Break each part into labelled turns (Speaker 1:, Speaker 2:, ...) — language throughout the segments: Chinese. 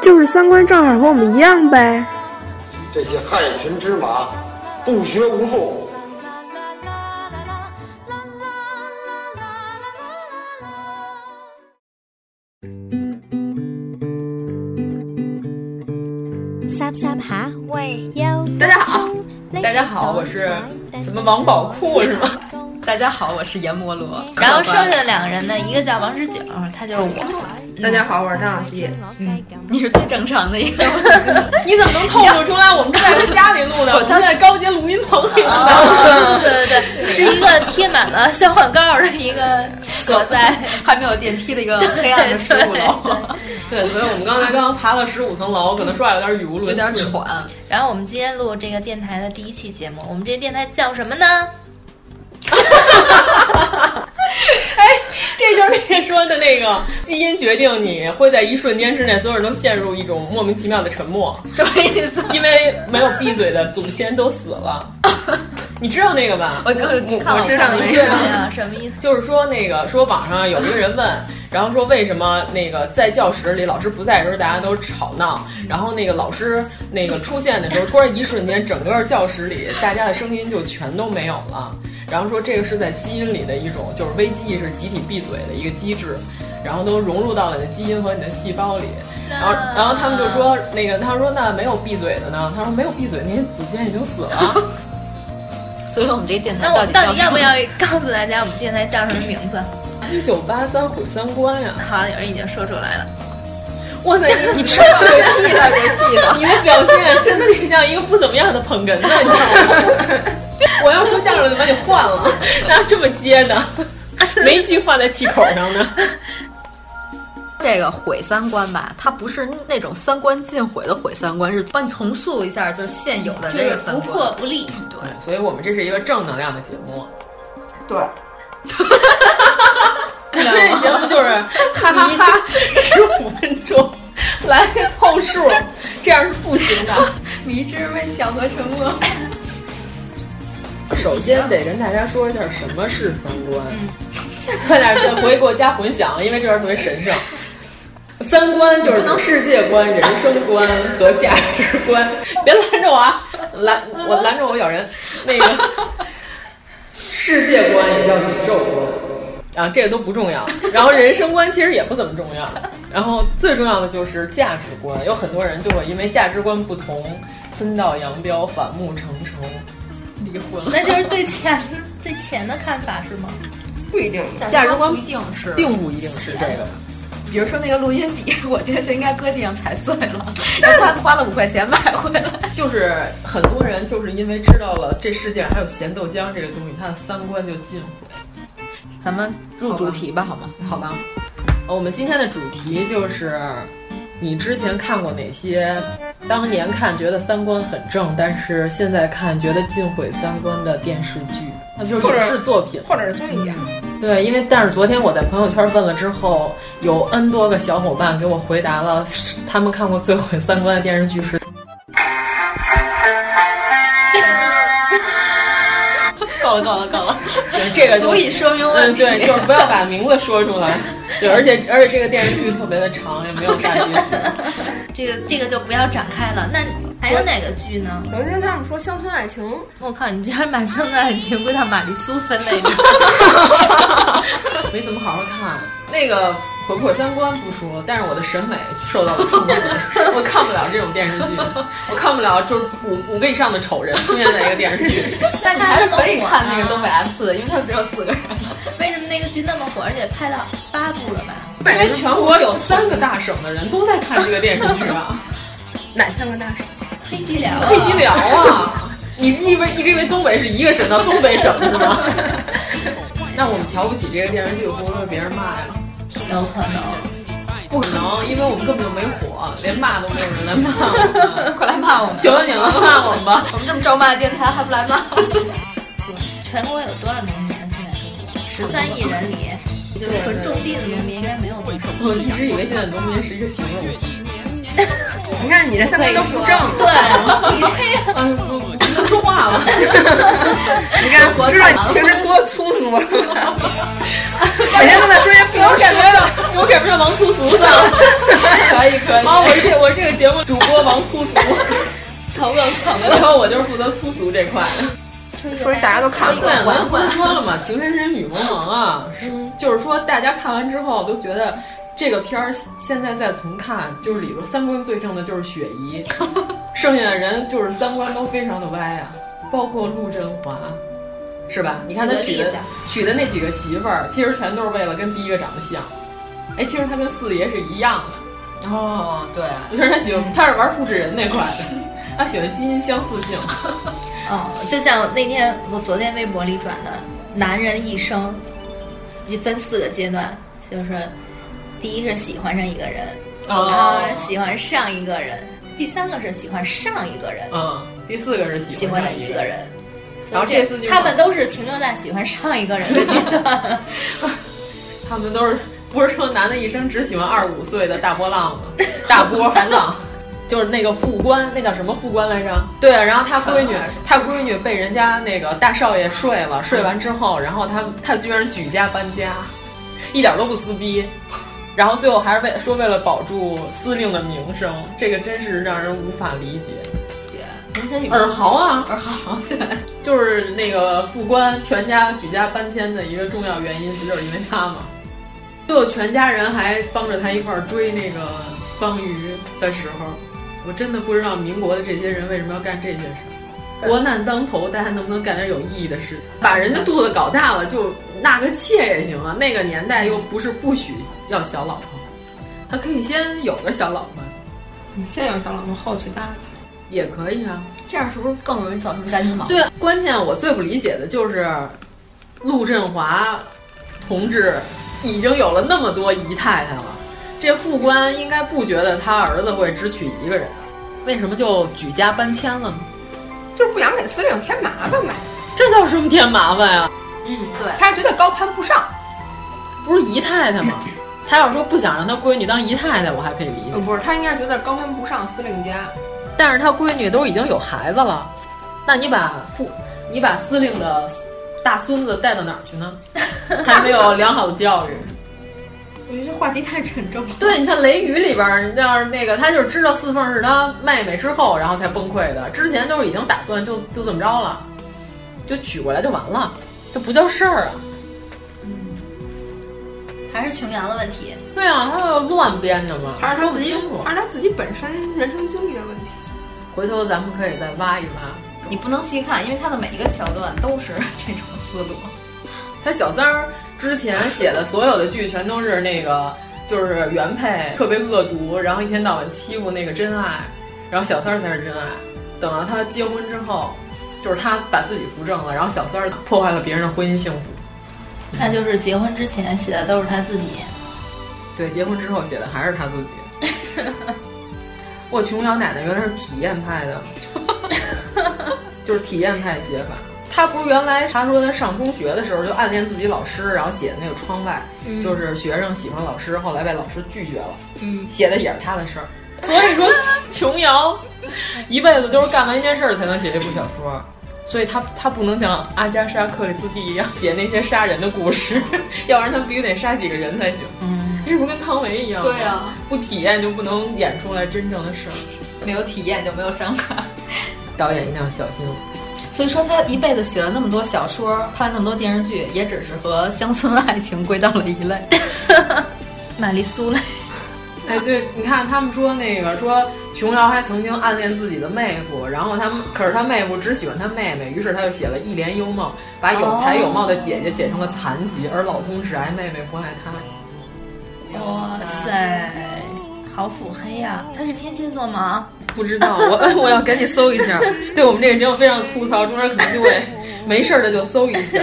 Speaker 1: 就是三观正好和我们一样呗。
Speaker 2: 这些害群之马，不学无术。
Speaker 3: 喂，
Speaker 4: 大家好，大家好，我是什么王宝库是吗？ 大家好，我是阎摩罗。
Speaker 5: 然后剩下的两个人呢，一个叫王十九，他就是我。
Speaker 4: 大家好，我是张小希。
Speaker 3: 嗯，
Speaker 4: 你是最正常的 一个，
Speaker 6: 你怎么能透露出来？我们是在他家里 录的，我们在高级录音棚里录
Speaker 5: 的。 对对对，是一个贴满了消广告的一个所在，
Speaker 4: 还没有电梯的一个
Speaker 6: 嗯
Speaker 4: 黑暗 的十五楼。
Speaker 6: 对，所以我们刚才刚刚爬到十五层楼，可能说话有点语无伦
Speaker 4: 有点喘。
Speaker 5: 然后我们今天录这个电台的第一期节目，我们这电台叫什么呢？
Speaker 6: 哎， 这就是你说的那个基因决定你会在一瞬间之内，所有人都陷入一种莫名其妙的沉默。
Speaker 4: 什么意思？
Speaker 6: 因为没有闭嘴的祖先都 死了。你知道那个吧？
Speaker 4: 我我我知道那
Speaker 5: 个、啊、什么意思？
Speaker 6: 就是说那个说网上有一个人问，然后说为什么那个在教室里老师不在的时候大家都吵闹，然后那个老师那个出现的时候，突然一瞬间整个教室里大家的声音就全都没有了。然后说这个是在基因里的一种，就是危机意识集体闭嘴的一个机制，然后都融入到了你的基因和你的细胞里。然后，然后他们就说那个，他说那没有闭嘴的呢？他说没有闭嘴，您祖先已经死了。
Speaker 4: 所以我们这电台
Speaker 5: 那我
Speaker 4: 到
Speaker 5: 底要不要告诉大家我们电台叫什么名字？
Speaker 6: 一九八三毁三观呀！
Speaker 5: 好像有人已经说出来了。
Speaker 6: 哇塞，
Speaker 4: 你吃了给屁了，给屁了！
Speaker 6: 你的表现真的挺像一个不怎么样的捧哏的，你知道吗？ 我要说相声就把你 换了，哪有这么接的？ 没一句话在气口上呢。
Speaker 4: 这个毁三观吧，它不是那种三观尽毁的毁三观，是帮你重塑一下，就是现有的这个三
Speaker 5: 观，不破不立。
Speaker 4: 对，
Speaker 6: 嗯所以我们这是一个正能量的节目。
Speaker 4: 对。
Speaker 6: 这节目就是哈哈哈十五分钟来个凑数，这样是不行的。
Speaker 4: 迷之微笑和沉默。
Speaker 6: 首先得跟大家说一下什么是三观，
Speaker 4: 嗯
Speaker 6: 快点再回给我加混响，因为这玩意儿特别神圣。三观就是世界观、人生观和价值观。别拦着我啊，拦我拦着我咬人。那个 世界观也叫宇宙观，啊，这个都不重要。然后人生观其实也不怎么重要。然后最重要的就是价值观，有很多人就会因为价值观不同，分道扬镳，反目成仇。离婚了，
Speaker 5: 那就是对钱对钱的看法是吗？
Speaker 6: 不一定，
Speaker 4: 价值观不一定是，
Speaker 6: 并不一定是这个。
Speaker 4: 比如说那个录音笔， 我觉得就应该搁地上踩碎了，然 后他花了五块钱买回来。
Speaker 6: 就是很多人就是因为知道了这世界上还有咸豆浆这个东西，他的三观就尽毁。
Speaker 4: 咱们入主题吧，好吗？
Speaker 6: 好吧。哦我们今天的主题就是，你之前看过哪些？当年看觉得三观很正，但是现在看觉得尽毁三观的电视剧，那就是影视作品，
Speaker 4: 或者是综艺节目。
Speaker 6: 对，因为但是昨天我在朋友圈问了之后，有 N 多个小伙伴给我回答了，他们看过最毁三观的电视剧是。
Speaker 4: 够了，够了，够了！
Speaker 6: 对，这个
Speaker 4: 足以说明问
Speaker 6: 题。嗯，对，就是不要把名字说出来。对，而且而且这个电视剧特别的长，也没有大结局。
Speaker 5: 这个这个就不要展开了。那还有哪个剧呢？
Speaker 7: 昨天他们说《乡村爱情》，
Speaker 5: 我靠，你竟然把《乡村爱情》归到玛丽苏分 类里，
Speaker 6: 没怎么好好看。那个毁不毁三观不说，但是我的审美受到了冲击，我看不了这种电视剧，我看不了就是五五个以上的丑人出现在一个电视剧。
Speaker 4: 但
Speaker 5: 它
Speaker 4: 还是可以看那个东北 F 四，因为它只有四个人。
Speaker 5: 为什么那个剧那么火？而且拍了八部了 吧？
Speaker 6: 因为全国有三个大省的人都在看这个电视剧 啊，
Speaker 7: 哪三个大省？
Speaker 5: 黑吉辽、啊，
Speaker 6: 黑吉辽啊！你以为一直以为东北是一个省到东北省是 吗？那我们瞧不起这个电视剧，会不会被别人骂呀？
Speaker 5: 有可能，
Speaker 6: 不可能， ，因为我们根本就没火，连骂都没有人来骂我 们。
Speaker 4: 快来骂我们！
Speaker 6: 求求你了，骂我们吧！
Speaker 4: 我们这么招骂的电台还不来骂？
Speaker 5: 全国有多少农民啊？现在中国十三亿人里，就纯种地的农民应该没有多少。
Speaker 6: 我一直以为现在农民是一个形容词。
Speaker 7: 你看你这三观都不正，
Speaker 5: 对，你这样
Speaker 6: 哎呦，我不能说话了。
Speaker 7: 你看，我知道你平时多粗俗，
Speaker 3: 啊
Speaker 7: 每天都在说些不
Speaker 6: 我
Speaker 7: 合适
Speaker 6: 感觉到，我感觉到王粗俗的。
Speaker 4: 可以可以。
Speaker 6: 啊，我是这我是这个节目主播王粗俗，
Speaker 5: 投个广告，
Speaker 6: 然后我就是负责粗俗这块。
Speaker 7: 说大家都看过
Speaker 6: 对，我刚不是说了吗？情深深雨蒙蒙啊，
Speaker 4: 嗯
Speaker 6: 就是说大家看完之后都觉得。这个片儿现在再重看，就是里边三观最正的就是雪姨， 剩下的人就是三观都非常的歪啊，包括陆振华，是吧？你看他娶
Speaker 4: 举个例
Speaker 6: 的
Speaker 4: 子啊
Speaker 6: 娶的那几个媳妇儿，其实全都是为了跟第一个长得像。哎，其实他跟四爷是一样的，
Speaker 4: 哦，对，
Speaker 6: 就是他喜欢他是玩复制人那 块的，他喜欢基因相似性。
Speaker 5: 哦，就像那天我昨天微博里转的，男人一生就分四个阶段，就是第一是喜欢上一个人，然后喜欢上一个人，第三个是喜欢上一个人，
Speaker 6: 嗯，第四个是
Speaker 5: 喜
Speaker 6: 喜
Speaker 5: 欢上
Speaker 6: 欢上
Speaker 5: 一
Speaker 6: 一
Speaker 5: 个
Speaker 6: 个
Speaker 5: 人。
Speaker 6: 然后
Speaker 5: 所以
Speaker 6: 这次就
Speaker 5: 他们都是停留在喜欢上一个人的阶段，
Speaker 6: 他们都是不是说男的一生只喜欢二十五岁的大波 浪吗？大波还浪，就是那个副官，那叫什么副官来着？对，啊然后他闺女
Speaker 4: 陈二，
Speaker 6: 他闺女被人家那个大少爷睡了，睡完之后，然后他他居然举家搬家，一点都不撕逼。然后最后还是为说为了保住司令的名声，这个真是让人无法理解。
Speaker 4: 人参与
Speaker 6: 尔豪啊，
Speaker 4: 二号，对，
Speaker 6: 就是那个副官全家举家搬迁的一个重要原因，不就是因为他吗？最后全家人还帮着他一块儿追那个方瑜的时候，我真的不知道民国的这些人为什么要干这些事儿。国难当头，大家能不能干点有意义的事情？把人家肚子搞大了，就纳个妾也行啊。那个年代又不是不许要小老婆，他可以先有个小老婆，
Speaker 3: 你现在有小老婆，后娶大的。
Speaker 6: 也可以啊。
Speaker 4: 这样是不是更容易造成家庭矛盾？
Speaker 6: 对，关键我最不理解的就是陆振华同志已经有了那么多姨太太了，这副官应该不觉得他儿子会只娶一个人，为什么就举家搬迁了呢？
Speaker 3: 就是不想给司令添麻烦呗，
Speaker 6: 这叫什么添麻烦呀、
Speaker 3: 他觉得高攀不上。
Speaker 6: 不是姨太太吗？他要说不想让他闺女当姨太太，我还可以理解。
Speaker 3: 不是，他应该觉得高攀不上司令家。
Speaker 6: 但是他闺女都已经有孩子了，那你把父，你把司令的大孙子带到哪儿去呢？还没有良好的教育。
Speaker 3: 我觉得这话题太沉重了。
Speaker 6: 对，你看《雷雨》里边儿，你知道那个他就是知道四凤是他妹妹之后，然后才崩溃的，之前都是已经打算就就怎么着了，就娶过来就完了，这不叫事儿啊！
Speaker 5: 还是琼瑶的问题。
Speaker 6: 对啊，他就乱编的嘛，
Speaker 3: 而是
Speaker 6: 说
Speaker 3: 他
Speaker 6: 不
Speaker 3: 自己
Speaker 6: 清楚，。
Speaker 3: 而是他自己本身人生经历的问题。
Speaker 6: 回头咱们可以再挖一挖。
Speaker 4: 你不能细看，因为它的每一个桥段都是 这种思路。
Speaker 6: 他小三儿之前写的所有的剧全都是那个，就是原配特别恶毒，然后一天到晚欺负那个真爱，然后小三儿才是真爱。等到他结婚之后，就是他把自己扶正了，然后小三儿破坏了别人的婚姻幸福。
Speaker 5: 那就是结婚之前写的都是他自己，
Speaker 6: 对，结婚之后写的还是他自己。我琼瑶奶奶原来是体验派的，就是体验派写法。她不是原来她说她上中学的时候就暗恋自己老师，然后写的那个窗外，
Speaker 4: 嗯
Speaker 6: 就是学生喜欢老师，后来被老师拒绝了，
Speaker 5: 嗯，
Speaker 6: 写的也是她的事儿。所以 说，琼瑶一辈子都是干完一件事儿才能写这部小说，所以她她不能像阿加莎·克里斯蒂一样写那些杀人的故事， 要不然她必须得杀几个人才行。这不跟汤唯一样吗？
Speaker 4: 嗯对啊
Speaker 6: 不体验就不能演出来真正的事儿。
Speaker 4: 没有体验就没有伤害。
Speaker 6: 导演一定要小心。
Speaker 4: 所以说，他一辈子写了那么多小说，拍了那么多电视剧，也只是和乡村爱情归到了一 类。
Speaker 5: 玛丽苏嘞，
Speaker 6: 哎，对，你看他们说那个说琼瑶还曾经暗恋自己的妹夫，然后他 们可是他妹夫只喜欢他妹妹，于是他就写了一帘幽梦，把有才有貌的姐姐写成了残疾，而老公只爱妹妹不爱他。
Speaker 5: 哇塞，好腹黑呀、他是天蝎座吗？
Speaker 6: 不知道，我我 要赶紧搜一下。对我们这个节目非常粗糙，中间可能就会没事儿的就搜一下。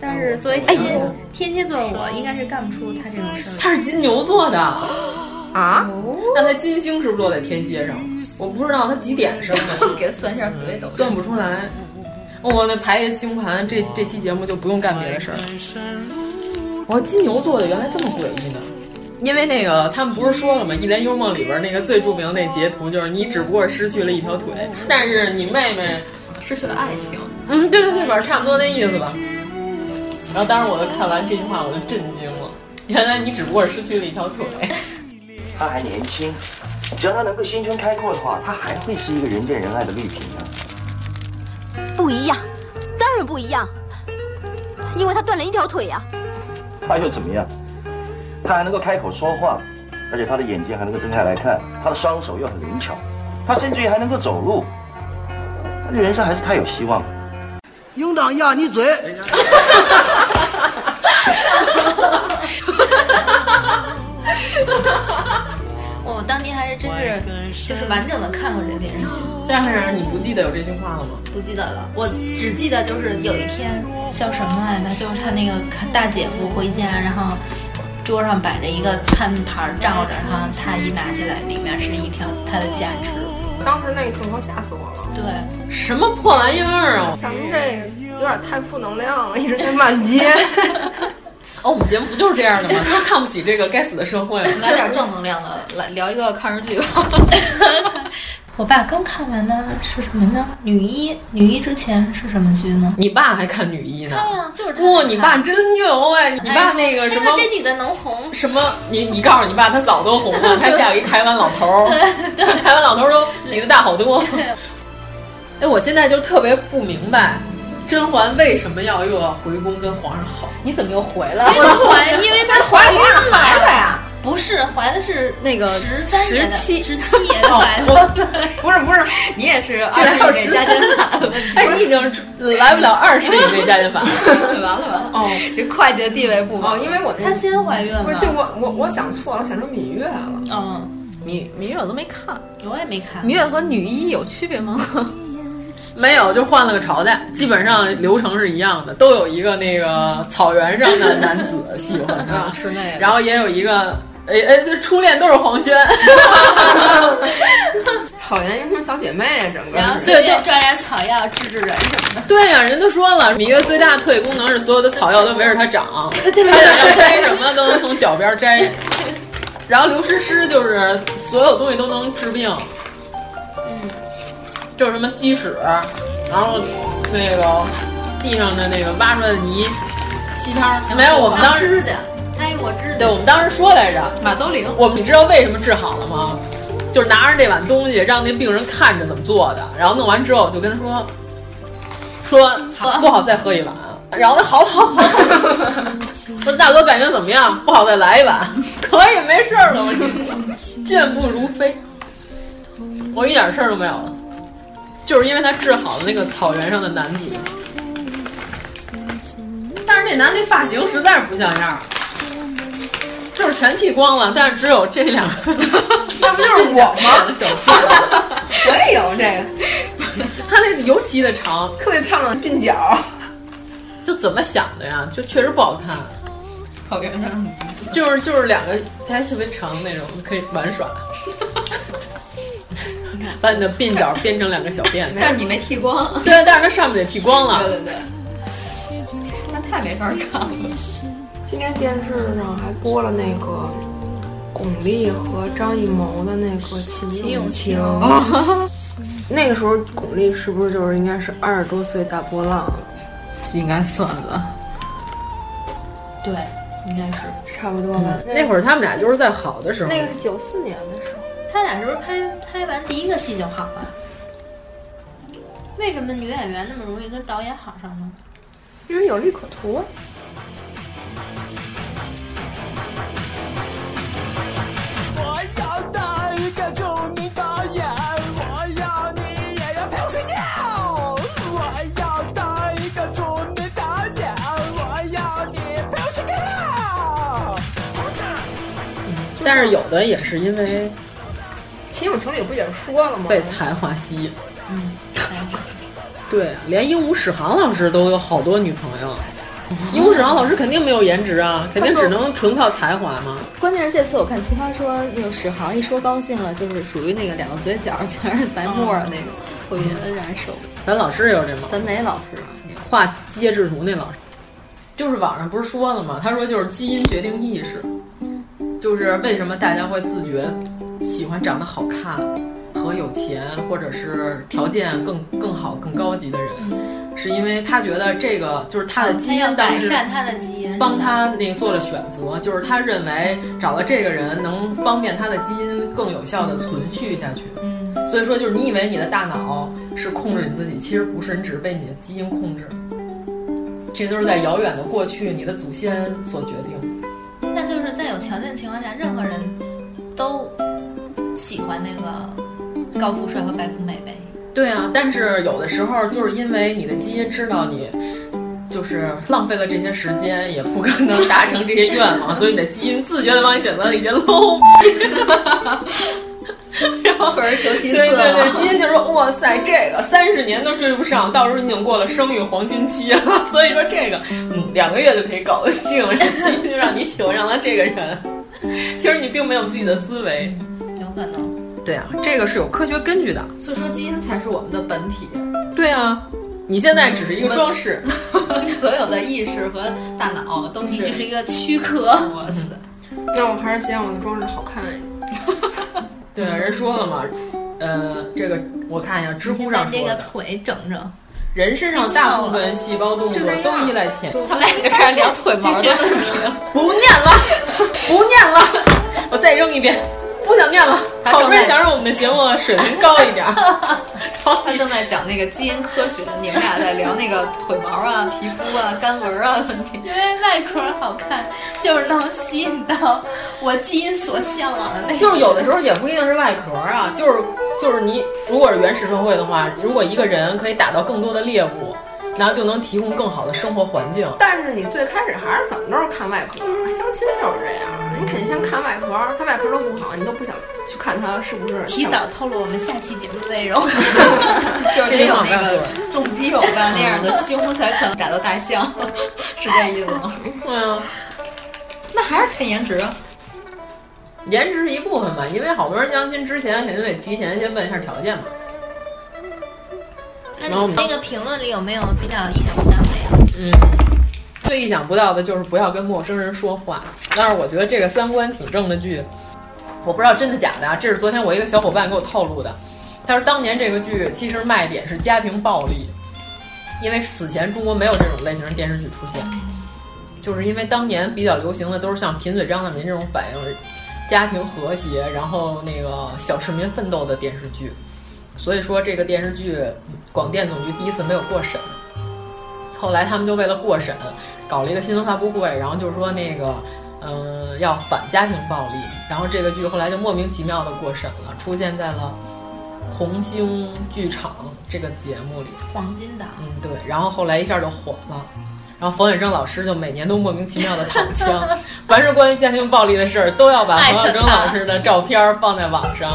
Speaker 5: 但是作为天蝎、天蝎座的我，应该是干不出他这种事儿。
Speaker 6: 他是金牛座的，
Speaker 8: 啊，
Speaker 6: 那他金星是不是落在天蝎上？我不知道他几点生的，
Speaker 3: 给他算一下紫微斗数。
Speaker 6: 算不出来。我那排一个星盘，这这期节目就不用干别的事儿。我金牛座的原来这么诡异呢。因为那个他们不是说了吗？《一帘幽梦》里边那个最著名的那截图就是你只不过失去了一条腿，但是你妹妹，
Speaker 3: 失去了爱情，
Speaker 6: 嗯，对对对吧，差不多那意思吧。然后当时我就看完这句话，我就震惊了，原来你只不过失去了一条腿。
Speaker 9: 他还年轻，只要他能够心胸开阔的话，他还会是一个人见人爱的绿萍呢。
Speaker 5: 不一样，当然不一样，因为他断了一条腿啊呀、
Speaker 9: 他又怎么样？他还能够开口说话，而且他的眼睛还能够睁开来看，他的双手又很灵巧，他甚至于还能够走路。他的人生还是太有希望了。
Speaker 10: 应当压你嘴。
Speaker 4: 我当年还是真是就是完整的看过这个电视剧，
Speaker 6: 但是你不记得有这句话了吗？
Speaker 4: 不记得了。我只记得就是有一天叫什么来着，就是他那个大姐夫回家，然后桌上摆着一个餐盘罩着，然后他一拿起来，里面是一条他的假肢。
Speaker 1: 当时那个镜头吓死我了，
Speaker 4: 对，
Speaker 6: 什么破玩意儿啊！
Speaker 1: 咱们这个有点太负能量了，一直在满街。
Speaker 6: 哦，我们节目不就是这样的吗？就是看不起这个该死的社会。
Speaker 3: 来点正能量的，来聊一个抗日剧吧。
Speaker 4: 我爸刚看完的是什么呢？女一，女一之前是什么剧呢？
Speaker 6: 你爸还看女一呢？
Speaker 4: 看呀，就是这
Speaker 6: 哇、
Speaker 4: 样
Speaker 6: 你爸
Speaker 4: 看
Speaker 6: 真牛哎！你爸那个什么、
Speaker 4: 但是这女的能 红，
Speaker 6: 什么，你你告诉你爸，他早都红了，他嫁给一台湾老头儿，台湾老头儿都比他大好多。哎，我现在就特别不明白，甄嬛为什么要又要回宫跟皇上好？
Speaker 3: 你怎么又回来
Speaker 4: 因为
Speaker 3: 了？
Speaker 4: 她怀，因为她怀孕了
Speaker 3: 孩子呀，
Speaker 4: 不是怀的是
Speaker 3: 那个
Speaker 4: 十三年的
Speaker 3: 17
Speaker 4: 十七年的孩子，
Speaker 3: 不是不是，你也是二
Speaker 6: 还有
Speaker 3: 十给加减法的问题。
Speaker 6: 哎，你已经来不了二十以内嫁接法。
Speaker 3: 完了完了，哦，这会计的地位不
Speaker 1: 哦，
Speaker 3: 保。
Speaker 1: 因为我那
Speaker 4: 她先怀孕了，
Speaker 1: 不是这 我我我想错了，想成芈月
Speaker 3: 啊
Speaker 1: 了。
Speaker 4: 嗯，
Speaker 3: 芈芈月我都没看，
Speaker 4: 我也没看
Speaker 3: 芈。月和女一有区别 吗？
Speaker 6: 没有，就换了个朝代，基本上流程是一样的，都有一个那个草原上的男子喜欢
Speaker 1: 啊
Speaker 6: 他，
Speaker 3: 吃那个
Speaker 6: 然后也有一个，哎哎，这初恋都是 黄轩，
Speaker 1: 草原英雄小姐妹，整个
Speaker 4: 然
Speaker 3: 啊
Speaker 4: 后
Speaker 1: 是
Speaker 4: 随便抓点草药治治人什么的，
Speaker 6: 对呀、人都说了，芈月最大的特异功能是所有的草药都围着她长，她想要摘什么都能从脚边摘。然后刘诗诗就是所有东西都能治病，嗯，就是什么鸡屎，然后那个地上的那个挖出来的泥，吸汤儿。没有，我们当时
Speaker 4: 指甲，哎，我指
Speaker 6: 对，
Speaker 4: 甲
Speaker 6: 我们当时说来着，
Speaker 3: 马兜铃，
Speaker 6: 我们你知道为什么治好了吗？就是拿着这碗东西，让那病人看着怎么做的，然后弄完之后，我就跟他说，说不好再喝一碗，然后他好好好， 说大哥感觉怎么样？不好再来一碗，可以没事儿了，我 这健步如飞，我一点事儿都没有了，就是因为他治好了那个草原上的男子，但是那男的发型实在是不像样儿。就是全剃光了，但是只有这两个， 那不就是我吗？
Speaker 1: 我也有这个
Speaker 6: 他那尤其的长，
Speaker 1: 特别漂亮的鬓角，
Speaker 6: 就怎么想的呀？就确实不好看，
Speaker 3: 草原上的
Speaker 6: 就是就是两个还特别长那种，可以 玩耍。把你的鬓角编成两个小 辫子，
Speaker 3: 但是你没剃光，
Speaker 6: 对，啊但是它上面得剃光
Speaker 4: 啊
Speaker 6: 啊了。
Speaker 3: 对，那太没法看了。
Speaker 1: 今天电视上还播了那个巩俐和张艺谋的那个《秦
Speaker 4: 咏
Speaker 1: 情》，那个时候巩俐是不是就是应该是二十多岁大波浪，
Speaker 3: 应该算吧，
Speaker 4: 对，应该是。
Speaker 1: 差不多吧？
Speaker 6: 那会儿他们俩就是在好的时候，
Speaker 1: 那个是九四年的时候，
Speaker 4: 他俩是不是拍拍完第一个戏就好了？为什么女演员那么容易跟导演好上呢？
Speaker 1: 因为有利可图啊。
Speaker 6: 但是有的也是因为
Speaker 1: 《秦俑情》里不也说了吗？
Speaker 6: 被才华吸引。 嗯，对，连鹦鹉史航老师都有好多女朋友。一无指望老师肯定没有颜值啊，肯定只能纯靠才华嘛。
Speaker 4: 关键是这次我看奇葩说那个史航一说高兴了，就是属于那个两个嘴角全是白沫儿那种，特别让人受不了。
Speaker 6: 咱老师也有这毛病，
Speaker 4: 咱哪老师啊？
Speaker 6: 画街制图那老师，就是网上不是说了吗？他说就是基因决定意识，就是为什么大家会自觉喜欢长得好看和有钱，或者是条件更更好、更高级的人，是因为他觉得这个就是他的基因当
Speaker 5: 改
Speaker 6: 时
Speaker 5: 嗯善他的基因，
Speaker 6: 帮他那个做了选择，就是他认为找到这个人能方便他的基因更有效的存续下去。
Speaker 5: 嗯，
Speaker 6: 所以说就是你以为你的大脑是控制你自己，其实不是，你只是被你的基因控制。这都是在遥远的过去，你的祖先所决定。
Speaker 5: 那就是在有条件的情况下，任何人都喜欢那个高富帅和白富美呗。
Speaker 6: 对啊，但是有的时候就是因为你的基因知道你。就是浪费了这些时间，也不可能达成这些愿望，所以你的基因自觉的帮你选择了一些 low 然后
Speaker 4: 退而求其次
Speaker 6: 对对
Speaker 4: 了
Speaker 6: 对，基因就说哇塞，这个三十年都追不上，到时候你已经过了生育黄金期了， 所以说这个嗯，两个月就可以搞得定， 然后基因就让你喜欢上了这个人。其实你并没有自己的思维。
Speaker 5: 有可能，
Speaker 6: 对啊，这个是有科学根据的。
Speaker 4: 所以说基因才是我们的本 体，
Speaker 6: 对啊，你现在只是一个装饰。
Speaker 4: 所有的意识和大脑都
Speaker 5: 你
Speaker 4: 是
Speaker 5: 只是一个躯壳。
Speaker 4: 哇塞，
Speaker 3: 那我还是嫌我的装饰好看一点。
Speaker 6: 对，啊人说了嘛，呃，这个我看一下，知乎
Speaker 5: 把
Speaker 6: 上
Speaker 5: 这
Speaker 6: 说
Speaker 5: 个
Speaker 6: 的，
Speaker 5: 腿整整，
Speaker 6: 人身上大部分细胞动作都依赖潜。
Speaker 4: 他们俩已经开始聊腿毛的问题了。
Speaker 6: 不念了，不念了，我再扔一遍，不想念了。
Speaker 4: 他
Speaker 6: 好
Speaker 4: 正在
Speaker 6: 不容易想让我们的节目水平高一点 儿，然后
Speaker 4: 他正在讲那个基因科学，你们俩在聊那个腿毛啊、皮肤啊、干纹啊问题。
Speaker 5: 因为外国人好看，就是能吸引到我基因所向往的那种。
Speaker 6: 就是有的时候也不一定是外壳啊，就是就是你如果是原始社会的话，如果一个人可以打到更多的猎物，然后就能提供更好的生活环境。
Speaker 3: 但是你最开始还是怎么着是看外壳，相亲就是这样，你肯定先看外壳，看外壳都不好，你都不想去看它是不是
Speaker 5: 提早透露我们下期节目的内容。
Speaker 4: 就是得有那个重肌肉吧那样的胸才可能打到大象，是这意思吗？
Speaker 6: 嗯，
Speaker 4: 那还是看颜值啊。
Speaker 6: 颜值是一部分吧，因为好多人相亲之前肯定得提前先问一下条件嘛。
Speaker 5: 那
Speaker 6: 然后我们
Speaker 5: 那个评论里有没有比较意想不到的呀？
Speaker 6: 嗯，最意想不到的就是不要跟陌生人说话。但是我觉得这个三观挺正的剧，我不知道真的假的啊，这是昨天我一个小伙伴给我透露的。他说当年这个剧其实卖点是家庭暴力，因为此前中国没有这种类型的电视剧出现，就是因为当年比较流行的都是像贫嘴张大民这种反映家庭和谐，然后那个小市民奋斗的电视剧。所以说这个电视剧，广电总局第一次没有过审，后来他们就为了过审，搞了一个新闻发布会，然后就是说那个，嗯、要反家庭暴力。然后这个剧后来就莫名其妙的过审了，出现在了红星剧场这个节目里。
Speaker 5: 黄金档，
Speaker 6: 嗯，对。然后后来一下就火了， 然后冯远征老师就每年都莫名其妙的躺枪，凡是关于家庭暴力的事儿，都要把冯远征老师的照片儿放在网上。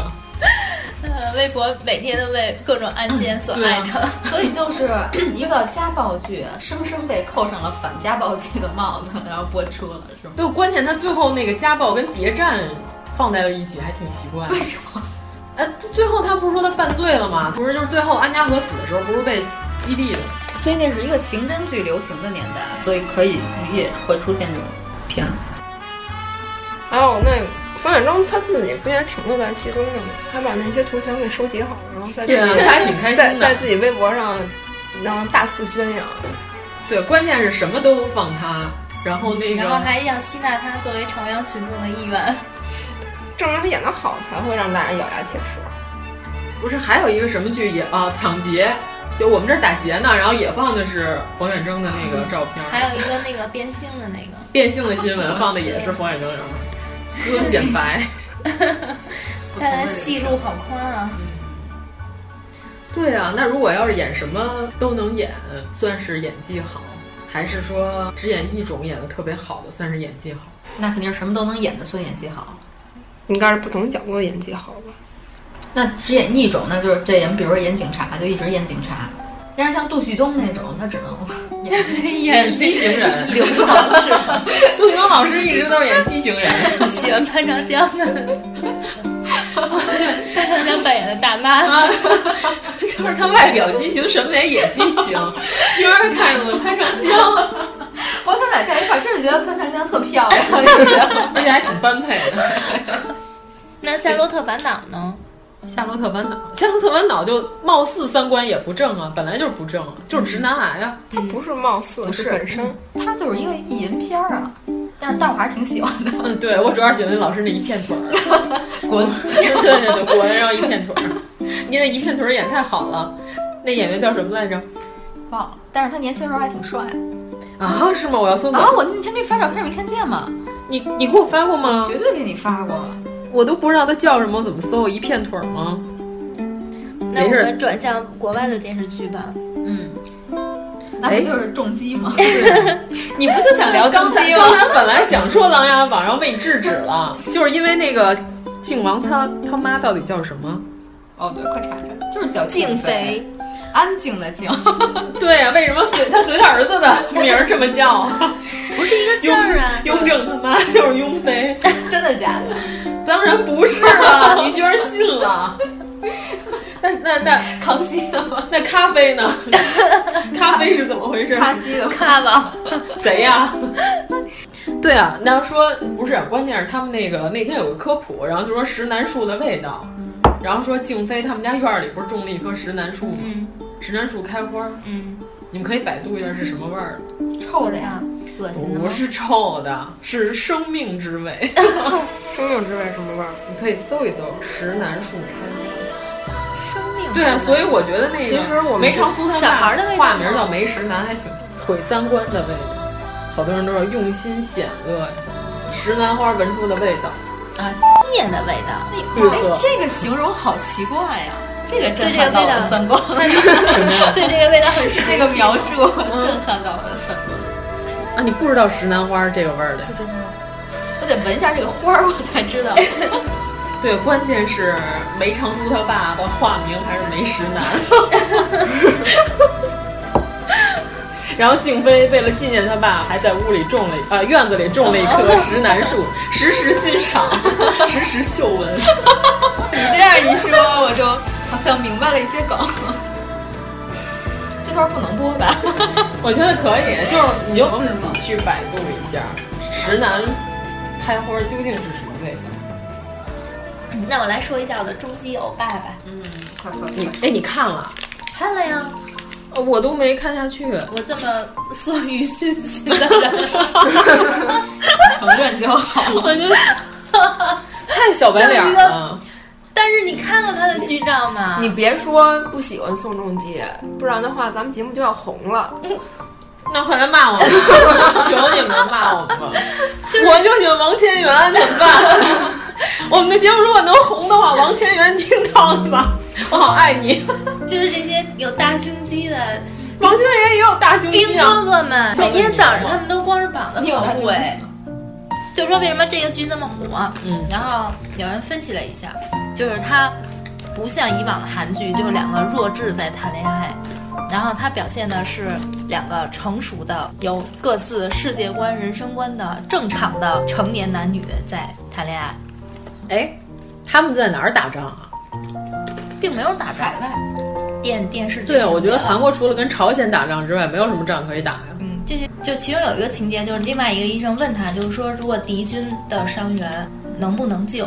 Speaker 5: 呃，微博每天都被各种案件所
Speaker 6: 对
Speaker 5: 艾
Speaker 6: 啊
Speaker 5: 特。
Speaker 4: 所以就是一个家暴剧，生生被扣上了反家暴剧的帽子，然后播出了，是吗？
Speaker 6: 对，关键他最后那个家暴跟谍战放在了一起，还挺奇怪。为什么？呃，最后他不是说他犯罪了吗？不是，就是最后安家和死的时候，不是被击毙的。
Speaker 4: 所以那是一个刑侦剧流行的年代，所以可以预也会出现这种片子。
Speaker 3: 还有那个冯远征他自己不也挺乐在其中的吗？他把那些图全给收集好，然后再自己
Speaker 6: 对啊他还挺开心
Speaker 3: 在
Speaker 6: 的
Speaker 3: 在自己微博上，然后大肆宣扬。
Speaker 6: 对，关键是什么都放他，然后那个
Speaker 5: 然后还要吸纳他作为朝阳群众的一员，
Speaker 3: 正是他演的好，才会让大家咬牙切齿。
Speaker 6: 不是还有一个什么剧也啊抢劫，就我们这儿打劫呢，然后也放的是冯远征的那个照片，
Speaker 5: 还有一个那个变性的那个，
Speaker 6: 变性的新闻放的也是冯远征， 然后哥显白。
Speaker 5: 他的戏路好宽啊。
Speaker 6: 对啊，那如果要是演什么都能演，算是演技好，还是说只演一种演的特别好的算是演技好？
Speaker 4: 那肯定是什么都能演的，算演技好。
Speaker 3: 应该是不同角度的演技好吧？
Speaker 4: 那只演一种，那就是这演，比如说演警察，就一直演警察。但是像杜旭东那种，他只能演
Speaker 6: 演畸形人， 刘德
Speaker 5: 王
Speaker 6: 是吧？杜琪峰老师一直都是演畸形人，
Speaker 5: 喜欢潘长江 的，潘长江扮演的大妈，
Speaker 6: 就是他外表畸形，审美也畸 形，居然看上了潘长江。
Speaker 4: 不过他俩站一块儿，真是觉得潘长江特漂亮，
Speaker 6: 而且还挺般配的。
Speaker 5: 那夏洛特烦恼呢？
Speaker 6: 夏洛特烦恼，夏洛特烦恼就貌似三观也不正啊，本来就是不正、啊，就是直男癌啊。
Speaker 3: 他不是貌似，
Speaker 4: 不
Speaker 3: 是本身，
Speaker 4: 他就是一个意淫片儿啊。但是，但我还是挺喜欢的。
Speaker 6: 嗯，对我主要是喜欢老师那一片腿 儿，滚！对对对，滚！然后一片腿儿，你那一片腿儿演太好了。那演员叫什么来着？
Speaker 4: 忘了，但是他年轻时候还挺帅。
Speaker 6: 啊，是吗？我要搜搜
Speaker 4: 啊！我那天给你发照片，没看见吗？
Speaker 6: 你你给我发过吗？
Speaker 4: 绝对给你发过。
Speaker 6: 我都不知道他叫什么，我怎么搜？一片腿吗？
Speaker 5: 那我们转向国外的电视剧吧。
Speaker 4: 嗯，哎那不就是重击吗？你不就想聊
Speaker 6: 刚才
Speaker 4: 击吗？
Speaker 6: 刚才本来想说《琅琊榜》，然后被你制止了，就是因为那个靖王他他妈到底叫什么？
Speaker 4: 哦，对，快查查，就是叫
Speaker 5: 靖
Speaker 4: 妃，安静的 静。
Speaker 6: 对呀、啊，为什么随他随他儿子的 名儿这么 叫？
Speaker 5: 不是一个字儿啊！
Speaker 6: 雍正他妈就是雍 妃，
Speaker 4: 真的假的？
Speaker 6: 当然不是 了、啊，你居然信 了？那那那
Speaker 4: 康熙的吗？
Speaker 6: 那咖啡呢？ 咖啡是怎么回事？
Speaker 4: 咖西的
Speaker 5: 咖了？
Speaker 6: 谁呀、啊？对啊，那要说不是，关键是他们那个那天有个科普，然后就说石楠树的味道，然后说静妃他们家院里不是种了一棵石楠树吗？
Speaker 5: 嗯、
Speaker 6: 石楠树开花，
Speaker 5: 嗯，
Speaker 6: 你们可以百度一下是什么味儿，
Speaker 4: 臭的呀。
Speaker 5: 恶心的
Speaker 6: 不是臭的，是生命之味。
Speaker 3: 生命之味什么味儿？
Speaker 6: 你可以搜一搜石楠树开
Speaker 5: 花。生命
Speaker 6: 对啊，所以我觉得那个
Speaker 3: 其实我
Speaker 6: 梅长苏他
Speaker 5: 小孩的味道，
Speaker 6: 化名叫梅石楠，还挺 毁三观的味道。好多人都说用心险恶呀，石楠花闻出的味道
Speaker 5: 啊，面的味 道。
Speaker 6: 哎，
Speaker 4: 这个形容好奇怪呀、啊。这个震撼
Speaker 5: 到
Speaker 4: 我的三观， 嗯
Speaker 5: 对这个味道很
Speaker 4: 是 这个描述震撼到我的三观。
Speaker 6: 啊，你不知道石楠花这个味儿的？
Speaker 4: 不知道，我得闻一下这个花儿，我才知道。
Speaker 6: 对，关键是梅长苏他爸爸化名还是梅石楠。 然后静妃为了纪念他爸，还在屋里种了啊、呃、院子里种了一棵石楠树，时时欣 赏，时时嗅闻。
Speaker 4: 你这样一说，我就好像明白了一些梗。这段不能播吧？
Speaker 6: 我觉得可以，就是你就自己去百度一下，石楠开花究竟是什么味道。
Speaker 5: 那我来说一下我的终极欧巴吧。
Speaker 4: 嗯，快快快！
Speaker 6: 哎，你看了？
Speaker 5: 看了呀，
Speaker 6: 呃我都没看下去。
Speaker 5: 我这么所余讯息的人，
Speaker 4: 承认就好。
Speaker 6: 我就 太小白脸了。
Speaker 5: 但是你看过他的剧照吗？
Speaker 3: 你别说不喜欢宋仲基，不然的话咱们节目就要红了。嗯、
Speaker 6: 那快来骂我们！ 求你们骂我们吧！就是、我就喜欢王千源，怎么 办？我们的节目如果能红的话，王千源听到了吧？我好爱你。
Speaker 5: 就是这些有大胸肌的，
Speaker 6: 王千源也有大胸肌、
Speaker 5: 啊。兵哥哥们，每天早上他们都光着膀子跑步哎。就说为什么这个剧那么火？啊
Speaker 6: 嗯，
Speaker 5: 然后有人分析了一下，就是它不像以往的韩剧，就是两个弱智在谈恋爱，然后它表现的是两个成熟的、有各自世界观、人生观的正常的成年男女在谈恋爱。
Speaker 6: 哎，他们在哪儿打仗啊？
Speaker 5: 并没有打仗，
Speaker 4: 海外
Speaker 5: 电电视剧。
Speaker 6: 对啊，我觉得韩国除了跟朝鲜打仗之外，没有什么仗可以打呀、啊。
Speaker 5: 嗯。这些就其中有一个情节，就是另外一个医生问他，就是说，如果敌军的伤员能不能 救？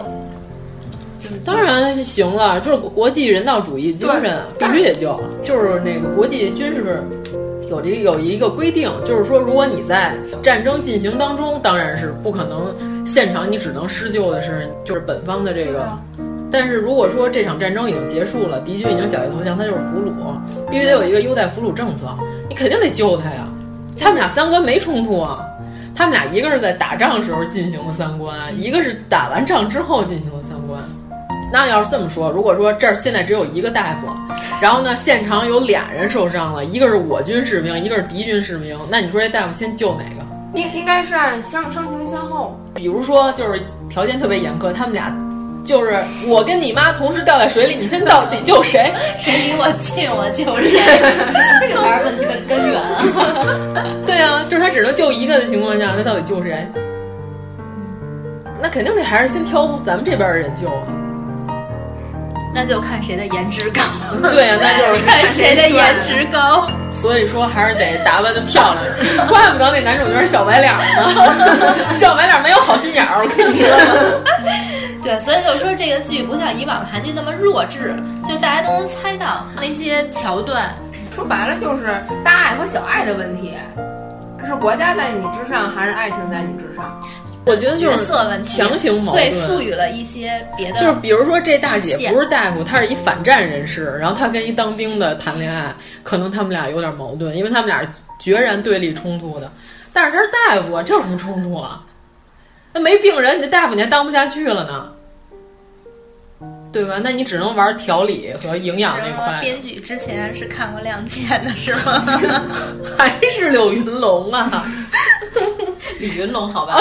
Speaker 5: 就是
Speaker 6: 当然行了，就是国际人道主义精神必须得救。就是那个国际军事有这有一个规定，就是说，如果你在战争进行当中，当然是不可能现场，你只能施救的是就是本方的这个。但是如果说这场战争已经结束了，敌军已经缴械投降，他就是俘虏，必须得有一个优待俘虏政策，你肯定得救他呀。他们俩三观没冲突啊，他们俩一个是在打仗时候进行的三观，一个是打完仗之后进行的三观。那要是这么说，如果说这儿现在只有一个大夫，然后呢现场有俩人受伤了，一个是我军士兵，一个是敌军士兵，那你说这大夫先救哪个？
Speaker 3: 应应该是按相相情相后。
Speaker 6: 比如说就是条件特别严苛，他们俩就是我跟你妈同时掉在水里，你先到底救谁？
Speaker 5: 谁离我近我救谁？
Speaker 4: 这个才是问题的根源啊！
Speaker 6: 对啊，就是他只能救一个的情况下，那到底救谁？那肯定得还是先挑咱们这边的人 救啊。
Speaker 5: 那就看谁的颜值高。
Speaker 6: 对啊，那就是
Speaker 5: 看谁的颜值高。
Speaker 6: 所以说还是得打扮的漂亮，怪不得那男主角小白脸 呢，小白脸没有好心眼儿，我跟你
Speaker 5: 说。对，所以就是说这个剧不像以往的韩剧那么弱智，就大家都能猜到那些桥段。
Speaker 3: 说白了就是大爱和小爱的问题，是国家在你之上，还是爱情在你之上？
Speaker 6: 我觉得就是
Speaker 5: 强
Speaker 6: 行矛
Speaker 5: 盾，对，赋予了一些别的，
Speaker 6: 就是比如说这大姐不是大夫，她是一反战人士，然后她跟一当兵的谈恋爱，可能他们俩有点矛盾，因为他们俩是决然对立冲突的。但是她是大夫啊，这有什么冲突啊？那没病人，你这大夫你还当不下去了呢，对吧？那你只能玩调理和营养那块。
Speaker 5: 编剧之前是看过《亮剑》的是吗？
Speaker 6: 还是柳云龙 啊？哎
Speaker 4: 李云龙，好吧，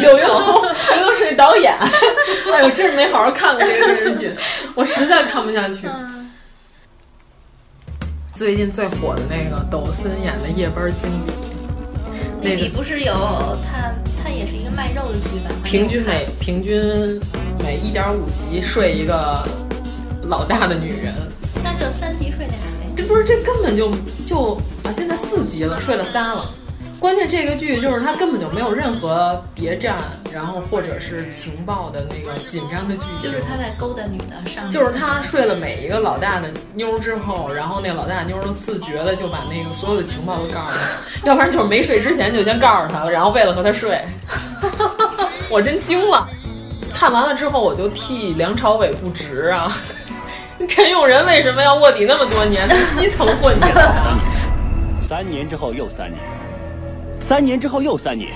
Speaker 6: 柳云龙，柳云是导演。哎呦，真是没好好看过这个电视剧， 我实在看不下去。
Speaker 5: 嗯
Speaker 6: 最近最火的那个抖森演的夜班经理，那
Speaker 5: 里不是有他？他也是一个卖肉的剧吧？
Speaker 6: 平均每平均每一点五集睡一个老大的女人，
Speaker 5: 那就三集睡那俩呗。
Speaker 6: 这不是这根本就就啊！现在四集了，睡了仨了。关键这个剧就是它根本就没有任何谍战，然后或者是情报的那个紧张的剧
Speaker 5: 情，就是他在勾搭女的上，
Speaker 6: 就是他睡了每一个老大的妞之后，然后那老大妞自觉的就把那个所有的情报都告诉他，要不然就是没睡之前就先告诉他了，然后为了和他睡，我真惊了。看完了之后，我就替梁朝伟不值啊！ 陈永仁为什么要卧底那么多年？基层混进来的。
Speaker 9: 三年之后又三年。三年之后又三年，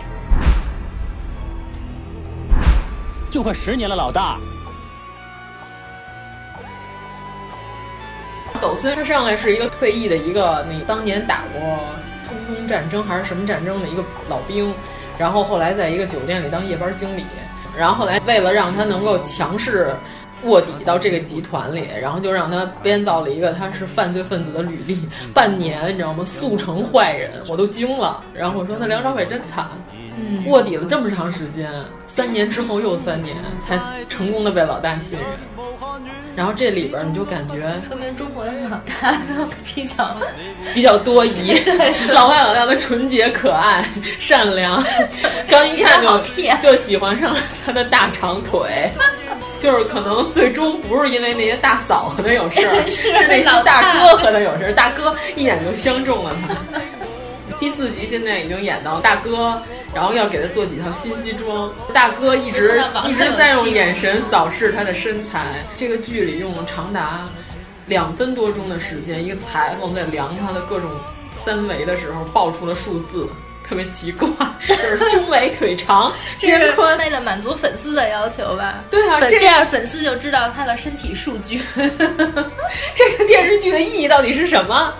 Speaker 9: 就快十年了，老大。
Speaker 6: 抖森他上来是一个退役的一个，那当年打过冲锋战争还是什么战争的一个老兵，然后后来在一个酒店里当夜班经理，然后后来为了让他能够强势卧底到这个集团里，然后就让他编造了一个他是犯罪分子的履历，半年你知道吗？速成坏人，我都惊了。然后我说那梁朝伟真惨，卧底了这么长时间，三年之后又三年才成功的被老大信任。然后这里边你就感觉，
Speaker 5: 说明中国的老大都比较
Speaker 6: 比较多疑，老外老大都纯洁、可爱、善良，刚一看就就喜欢上了他的大长腿。就是可能最终不是因为那些大嫂的有事儿， 是那些大哥和他有事儿。大哥一眼就相中了 他。第四集现在已经演到大哥，然后要给他做几套新西装。大哥一直一 直在用眼神扫视他的身材。这个剧里用了长达两分多钟的时间，一个裁缝在量他的各种三围的时候，报出了数字。特别奇怪，就是胸围、腿长、
Speaker 5: 这是为了满足粉丝的要求吧？
Speaker 6: 对啊，
Speaker 5: 这样粉丝就知道他的身体数 据。
Speaker 6: 这个电视剧的意义到底是什么？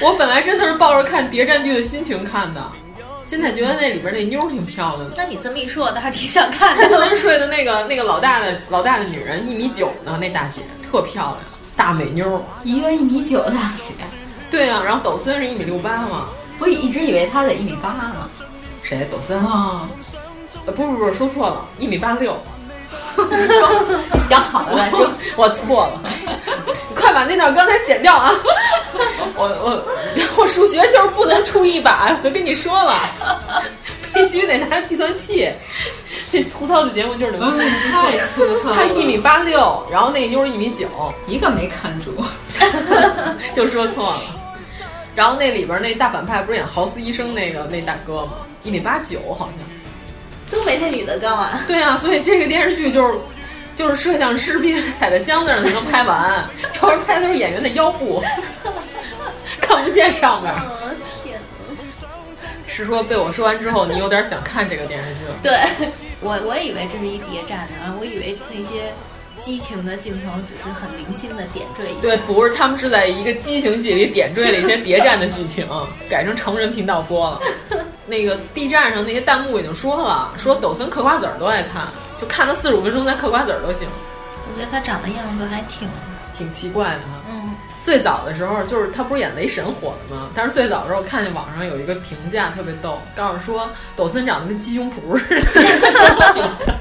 Speaker 6: 我本来真的是抱着看谍战剧的心情看的，现在觉得那里边那妞挺漂亮的。
Speaker 5: 那你这么一说，我倒还挺想看的。
Speaker 6: 昨天睡的那个那个老大的老大的女人一米九呢，那大姐特漂亮，大美妞，
Speaker 4: 一个一米九大姐。
Speaker 6: 对啊，然后抖森是一米六八嘛。
Speaker 4: 我一直以为他得一米八呢，嗯
Speaker 6: 谁？抖森啊？不不不，说错了，一米八六。
Speaker 4: 想好了再 说，
Speaker 6: 我错 了。快把那段刚才剪掉啊！我我我数学就是不能出一百，我跟你说了，必须得拿计算器。这粗糙的节目就是能、
Speaker 4: 嗯、太粗糙了。
Speaker 6: 他一米八六，然后那妞儿一米九，
Speaker 4: 一个没看 住，
Speaker 6: 就说错了。然后那里边那大反派不是演豪斯医生那个那大哥吗？一米八九好像，
Speaker 5: 都没那女的高啊。
Speaker 6: 对啊，所以这个电视剧就是就是摄像师必须踩在箱子上才能拍完， 要是拍都是演员的腰部， 看不见上面。
Speaker 5: 哦、天
Speaker 6: 是说被我说完之后，你有点想看这个电视剧了？
Speaker 5: 对，我我以为这是一谍战的，啊，我以为那些。激情的镜头只是很零星的点缀一下，
Speaker 6: 对，不是他们是在一个激情戏里点缀了一些谍战的剧情，改成成人频道播了。那个 B 站上那些弹幕已经说了，说抖森嗑瓜子儿都爱看，就看他四十五分钟，咱嗑瓜子儿都行。
Speaker 5: 我觉得他长的样子还挺
Speaker 6: 挺奇怪的啊哈。
Speaker 5: 嗯，
Speaker 6: 最早的时候就是他不是演雷神火的吗？但是最早的时候我看见网上有一个评价特别逗，告诉说抖森长得跟鸡胸脯似的。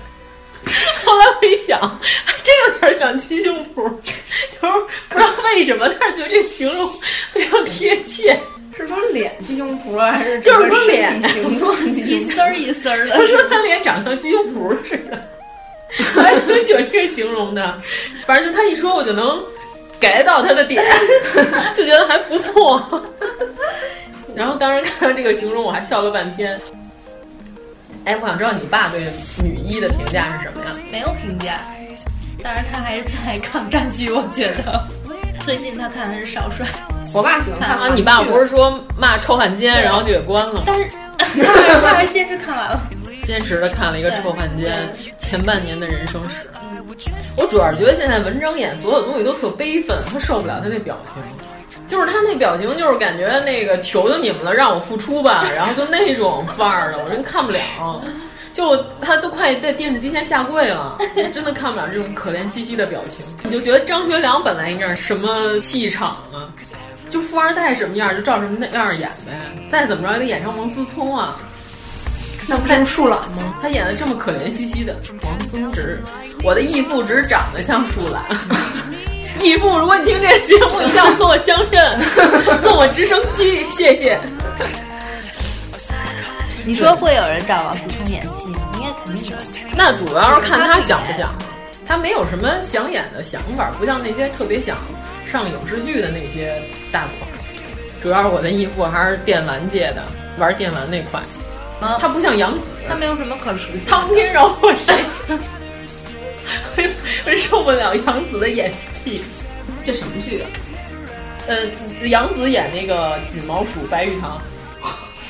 Speaker 6: 后来我一想，还真有点像鸡胸脯，就是不知道为什么，但是觉得这形容非常贴切。
Speaker 7: 是说脸鸡胸脯还是
Speaker 6: 就是说脸
Speaker 7: 形状
Speaker 5: 一丝儿一 丝儿的？
Speaker 6: 他说他脸长得像鸡胸脯似的，我还挺喜欢这个形容的。反正就他一说，我就能 get 到他的点，就觉得还不错。然后当时看到这个形容，我还笑了半天。哎，我想知道你爸对女一的评价是什么呀？
Speaker 5: 没有评价，但是他还是最爱抗战剧，我觉得。最近他看的是《少帅》，
Speaker 6: 我爸喜欢看
Speaker 5: 韩
Speaker 6: 啊。你爸不是说骂臭汉奸，然后就给关了吗？
Speaker 5: 但是他还是坚持看完了。
Speaker 6: 坚持的看了一个《臭汉奸》前半年的人生史。我主要是觉得现在文章演所有东西都特悲愤，他受不了他那表情，就是他那表情就是感觉那个求求你们了，让我付出吧，然后就那种范儿的，我真看不了。就他都快在电视机前下跪了，我真的看不了这种可怜兮兮的表情。你就觉得张学良本来应该是什么气场啊？就富二代什么样就照什么样演呗，再怎么着也得演成王思聪啊。
Speaker 7: 那不是树懒吗？
Speaker 6: 他演的这么可怜兮兮的王松直，我的义父只长得像树懒。 义父，如果你听这节目，一定要跟我相认， 送我直升机，谢谢。
Speaker 5: 你说会有人找王思聪演戏吗？应该肯定有。
Speaker 6: 那主要是看他想不想，他没有什么想演的想法，不像那些特别想上影视剧的那些大款。主要是我的义父还是电玩界的，玩电玩那块。
Speaker 5: 啊，
Speaker 6: 他不像杨紫，
Speaker 5: 他没有什么可熟悉。
Speaker 6: 苍天饶过谁？ 我受不了杨紫的演技。
Speaker 3: 这什么剧啊？
Speaker 6: 呃，杨紫演那个锦毛鼠白玉堂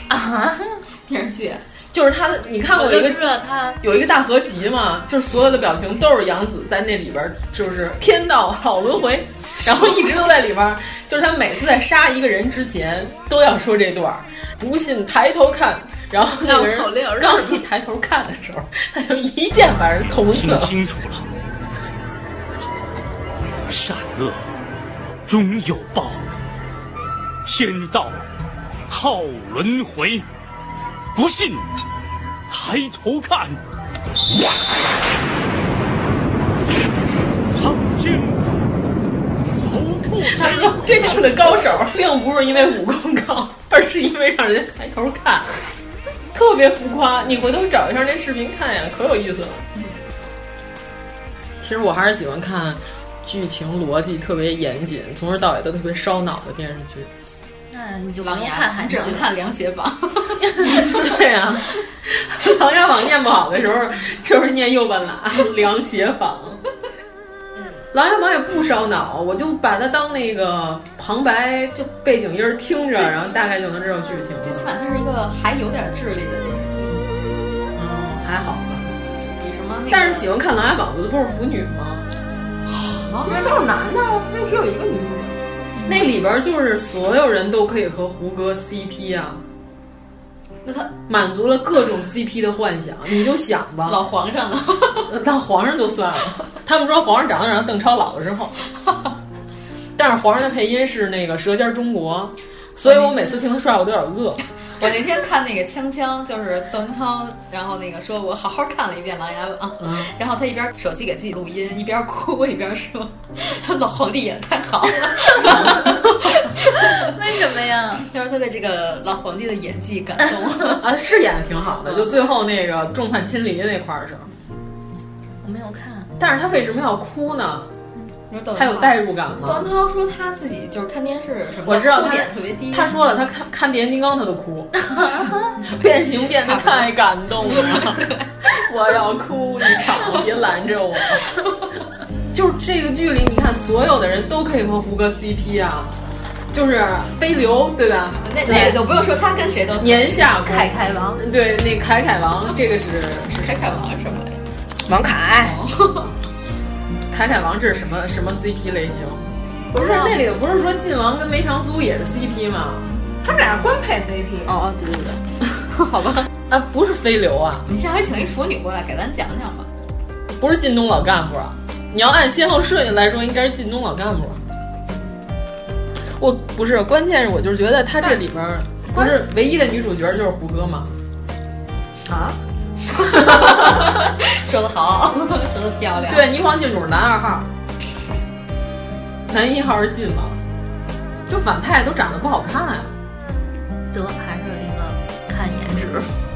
Speaker 5: 啊，
Speaker 3: 电视剧。
Speaker 6: 就是他，你看过一个
Speaker 5: 知道他
Speaker 6: 有一个大合集嘛，就是所有的表情都是杨紫在那里边，就是天道好轮回，然后一直都在里边。就是他每次在杀一个人之前都要说这段，不信抬头看，然后那个人让你抬头看的时候，他就一剑把人捅死了。
Speaker 9: 清楚了，善恶终有报，天道好轮回。不信，抬头看，苍天饶过
Speaker 6: 他
Speaker 9: 谁？
Speaker 6: 说 真正的高手并不是因为武功高，而是因为让人抬头看，特别浮夸。你回头找一下那视频看呀，可有意思了。其实我还是喜欢看剧情逻辑特别严谨，从头到尾都特别烧脑的电视剧。
Speaker 5: 那你就不
Speaker 4: 狼
Speaker 5: 用
Speaker 4: 牙
Speaker 5: 看韩
Speaker 4: 只
Speaker 5: 剧
Speaker 4: 能
Speaker 5: 了。
Speaker 4: 看《凉鞋榜》。
Speaker 6: 对啊，《琅琊榜》念不好的时候，就是念右半拉《凉鞋榜》。《琅琊榜》也不烧脑，我就把它当那个旁白，就背景音儿听着，然后大概就能知道剧情
Speaker 4: 这起
Speaker 6: 了。
Speaker 4: 码它是一个还有点智力的电视剧，
Speaker 6: 嗯，还好吧。
Speaker 4: 比什么那个……
Speaker 6: 但是喜欢看《琅琊榜》的不是腐女吗？
Speaker 3: 因为都是男的，那只有一个女主。
Speaker 4: 嗯
Speaker 6: 那里边就是所有人都可以和胡歌 CP 啊，
Speaker 4: 那他
Speaker 6: 满足了各种 CP 的幻想。你就想吧，
Speaker 4: 老皇上呢？
Speaker 6: 当皇上就算了，他们说皇上长得像邓超老了之后，但是皇上的配音是那个《舌尖中国》，所以我每次听他说话我都有点饿。
Speaker 4: 我那天看那个《锵锵》，就是窦文涛，然后那个说我好好看了一遍《琅琊榜》，
Speaker 6: 嗯，
Speaker 4: 然后他一边手机给自己录音，一边哭一边说：“ 老皇帝演得太好了。
Speaker 5: 为什么呀？”
Speaker 4: 就是他被这个老皇帝的演技感动。
Speaker 6: 啊，是演的挺好的，就最后那个众叛亲离那块儿的时候，
Speaker 5: 我没有看。
Speaker 6: 但是他为什么要哭呢？
Speaker 4: 你说窦文涛
Speaker 6: 他有代入感
Speaker 4: 窦文
Speaker 6: 吗？
Speaker 4: 涛说他自己就是看电视什么的，
Speaker 6: 我知道他
Speaker 4: 哭点特别低。
Speaker 6: 他说了，他看看变形金刚他 都哭，变形变得太感动了， 我要哭一场，别拦着我。 就是这个剧里，你看所有的人都可以和胡歌 CP 啊，就是飞流对吧？
Speaker 4: 那那个就不用说，他跟谁都
Speaker 6: 年下过
Speaker 5: 凯凯王，
Speaker 6: 对那凯凯王，这个是是
Speaker 4: 开凯王什么的。
Speaker 7: 王凯，
Speaker 6: 凯凯王，这是什么什么 CP 类型？不是那里不是说晋王跟梅长苏也是 CP 吗？
Speaker 7: 他们俩是官配 CP。哦，
Speaker 4: 哦，对 对对，好吧，
Speaker 6: 啊，不是飞流啊，
Speaker 4: 你下回请一腐女过来给咱讲讲吧。
Speaker 6: 不是晋东老干部啊。你要按先后顺序来说，应该是晋东老干部。啊我不是，关键是我就是觉得他这里边儿不是唯一的女主角就是胡歌嘛？
Speaker 4: 啊？说的好，说的漂亮。
Speaker 6: 对，倪匡郡主是男二号，男一号是晋王，就反派都长得不好看啊。
Speaker 5: 得还是有一个看颜值。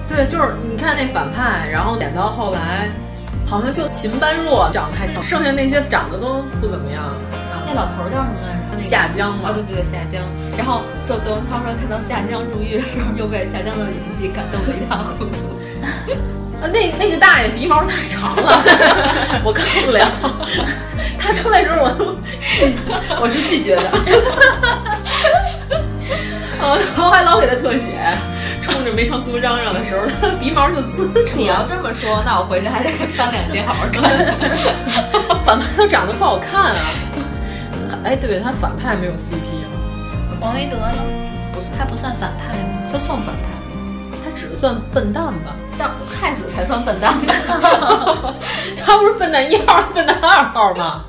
Speaker 6: 对，就是你看那反派，然后演到后来，好像就秦般若长得还挺，剩下那些长得都不怎么样。
Speaker 4: 那老头叫什么来着？
Speaker 6: 夏江嘛，
Speaker 4: 哦对对对，夏江。然后所窦文涛说看到夏江入狱的时候，又被夏江的演技感动得一塌糊涂。
Speaker 6: 呃那那个大爷鼻毛太长 了，我看不了。他出来时候我都，我是拒绝的。 啊，然后还老给他特写，冲着梅长苏嚷嚷的时候，他鼻毛就滋出来。
Speaker 4: 你要这么说，那我回去还得翻两集好好
Speaker 6: 看。反派都长得不好看啊！哎，对他反派没有 CP 啊。
Speaker 5: 王维德呢？不，他不算反派吗？
Speaker 4: 他算反派，
Speaker 6: 他只算笨蛋吧？
Speaker 4: 但害死才算笨蛋吧。
Speaker 6: 他不是笨蛋一号、笨蛋二号吗？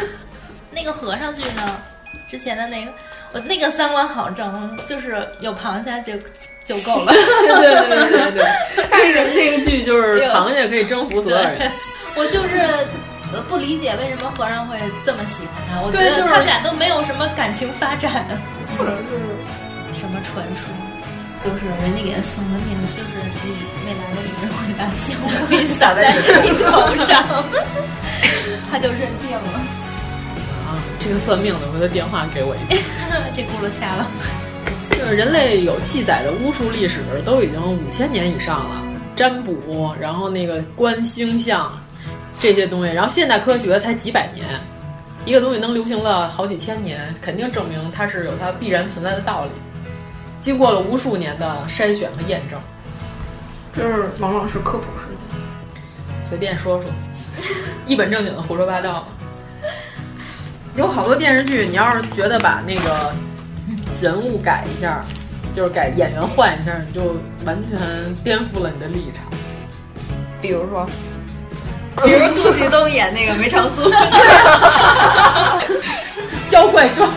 Speaker 5: 那个和尚剧呢？之前的那个。我那个三观好正，就是有螃蟹就就够了。
Speaker 6: 对对对对 对，但是那个剧就是螃蟹可以征服所有人。
Speaker 5: 我就是呃不理解为什么和尚会这么喜欢他，我觉得他们俩都没有什么感情发展，
Speaker 3: 或者是
Speaker 5: 什么传说，就是人家给他算个命，就是你未来的女人会把香灰撒在你头上， 他就认定了。
Speaker 6: 啊这个算命的，回头电话给我一个。
Speaker 5: 这轱辘掐了。
Speaker 6: 就是人类有记载的巫术历史都已经五千年以上了，占卜，然后那个观星象这些东西，然后现代科学才几百年，一个东西能流行了好几千年，肯定证明它是有它必然存在的道理，经过了无数年的筛选和验证。
Speaker 3: 这是王老师科普时间，
Speaker 6: 随便说说，一本正经的胡说八 道。有好多电视剧，你要是觉得把那个人物改一下，就是改演员换一下，你就完全颠覆了你的立场。
Speaker 3: 比如说，
Speaker 4: 比如杜琪峰演那个梅长苏，
Speaker 6: 妖怪传。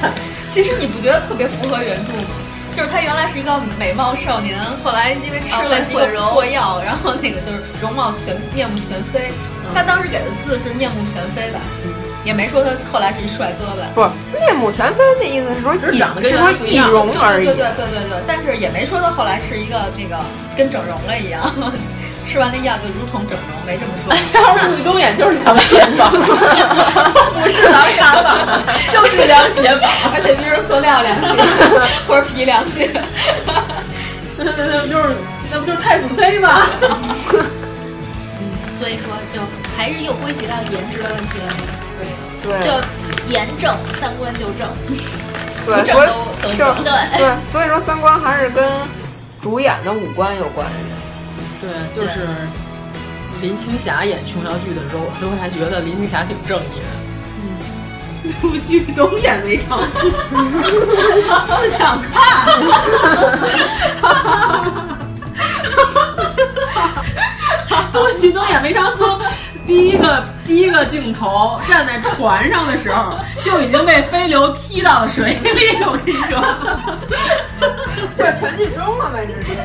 Speaker 4: 其实你不觉得特别符合原著吗？就是他原来是一个美貌少年，后来因为吃了一个破药，然后那个就是容貌全面目全非。他当时给的字是面目全非吧？也没说他后来是一帅哥呗，
Speaker 3: 不是面目全非那意思是说
Speaker 6: 只是长得
Speaker 3: 跟
Speaker 6: 不一样，
Speaker 3: 易容而已。
Speaker 4: 对对对对对，但是也没说他后来是一个那个跟整容了一样， 吃完那药就如同整容，没这么说。
Speaker 6: 要是吕东演就是梁贤宝， 不是梁家宝，就是梁贤宝，
Speaker 4: 而且必须是塑料凉鞋 或者皮凉鞋。
Speaker 6: 对对对，就是那不就是太子妃吗？
Speaker 5: 所以说，就还是又归结到颜值的问题了。
Speaker 3: 对，
Speaker 5: 就严正三观就正，
Speaker 3: 对，
Speaker 4: 所以
Speaker 3: 就
Speaker 5: 对
Speaker 3: 对，所以说三观还是跟主演的五官有关系。
Speaker 6: 对，就是林青霞演琼瑶剧的时候，我都还觉得林青霞挺正义
Speaker 3: 的。嗯，陆旭东演梅长苏，
Speaker 6: 不想看。杜琪峰演梅长苏，第一个第一个镜头站在船上的时候，就已经被飞流踢到水里。我跟你说，
Speaker 3: 这全剧终了呗，直接。